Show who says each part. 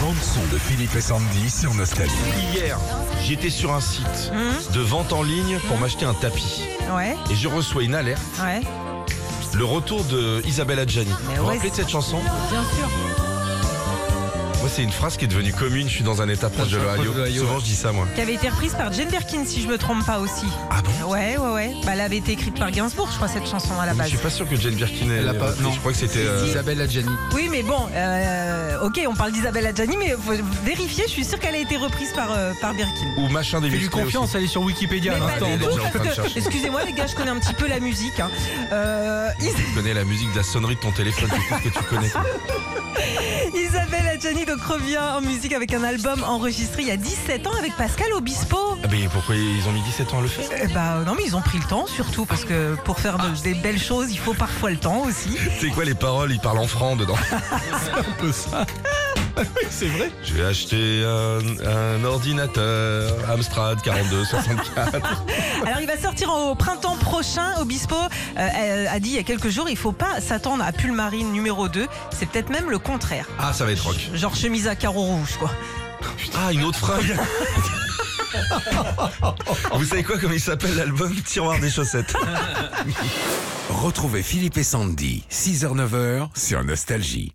Speaker 1: bande son de Philippe et Sandy sur Nostalgie.
Speaker 2: Hier, j'étais sur un site de vente en ligne pour m'acheter un tapis.
Speaker 3: Mmh. Ouais,
Speaker 2: Et je reçois une alerte,
Speaker 3: ouais.
Speaker 2: le retour de Isabelle Adjani.
Speaker 3: Mais
Speaker 2: Vous vous
Speaker 3: ouais,
Speaker 2: rappelez de cette chanson
Speaker 3: Bien sûr.
Speaker 2: Moi, c'est une phrase qui est devenue commune. Je suis dans un état proche de l'Ohio. Souvent, je dis ça, moi.
Speaker 3: Qui avait été reprise par Jane Birkin, si je me trompe pas aussi.
Speaker 2: Ah bon
Speaker 3: Ouais, ouais, ouais. Bah, elle avait été écrite par Gainsbourg, je crois, cette chanson à la
Speaker 2: Je
Speaker 3: base.
Speaker 2: suis pas sûr que Jane Birkin ait-
Speaker 4: Elle l'a pas-
Speaker 2: repris.
Speaker 4: non.
Speaker 2: Je crois que c'était. euh,
Speaker 4: Isabelle Adjani.
Speaker 3: Oui, mais bon, euh, ok, on parle d'Isabelle Adjani, mais faut vérifier, je suis sûre qu'elle a été reprise par, euh, par Birkin.
Speaker 2: Ou machin des
Speaker 4: Fais-lui confiance, elle est sur Wikipédia à
Speaker 2: Ah,
Speaker 3: Mais pas
Speaker 4: l'instant.
Speaker 3: du
Speaker 2: attendez,
Speaker 3: tout,
Speaker 2: j'ai en train de
Speaker 3: parce que,
Speaker 2: chercher.
Speaker 3: excusez-moi les gars, je connais un petit peu la musique. hein. Euh, Is-
Speaker 2: Tu connais la musique de la sonnerie de ton téléphone, du coup, que tu connais. Ah,
Speaker 3: Isabelle Adjani donc revient en musique avec un album enregistré il y a 17 ans avec Pascal Obispo.
Speaker 2: Ah, mais pourquoi ils ont mis 17 ans à le faire
Speaker 3: Eh bah non mais ils ont pris le temps surtout parce que pour faire
Speaker 2: Ah.
Speaker 3: de- des belles choses il faut parfois le temps aussi.
Speaker 2: C'est quoi les paroles Ils parlent en franc dedans.
Speaker 4: un peu ça. c'est vrai.
Speaker 2: J'ai acheté un, un ordinateur Amstrad 4264.
Speaker 3: Alors il va sortir au printemps prochain. Obispo euh, a dit il y a quelques jours, il faut pas s'attendre à pull marine numéro 2. C'est peut-être même le contraire.
Speaker 2: Ah, ça va être rock.
Speaker 3: Genre chemise à carreaux rouges quoi.
Speaker 2: Ah, une autre fringue Vous savez quoi, comme il s'appelle l'album Tiroir des chaussettes
Speaker 1: Retrouvez Philippe et Sandy, 6h-9h sur Nostalgie.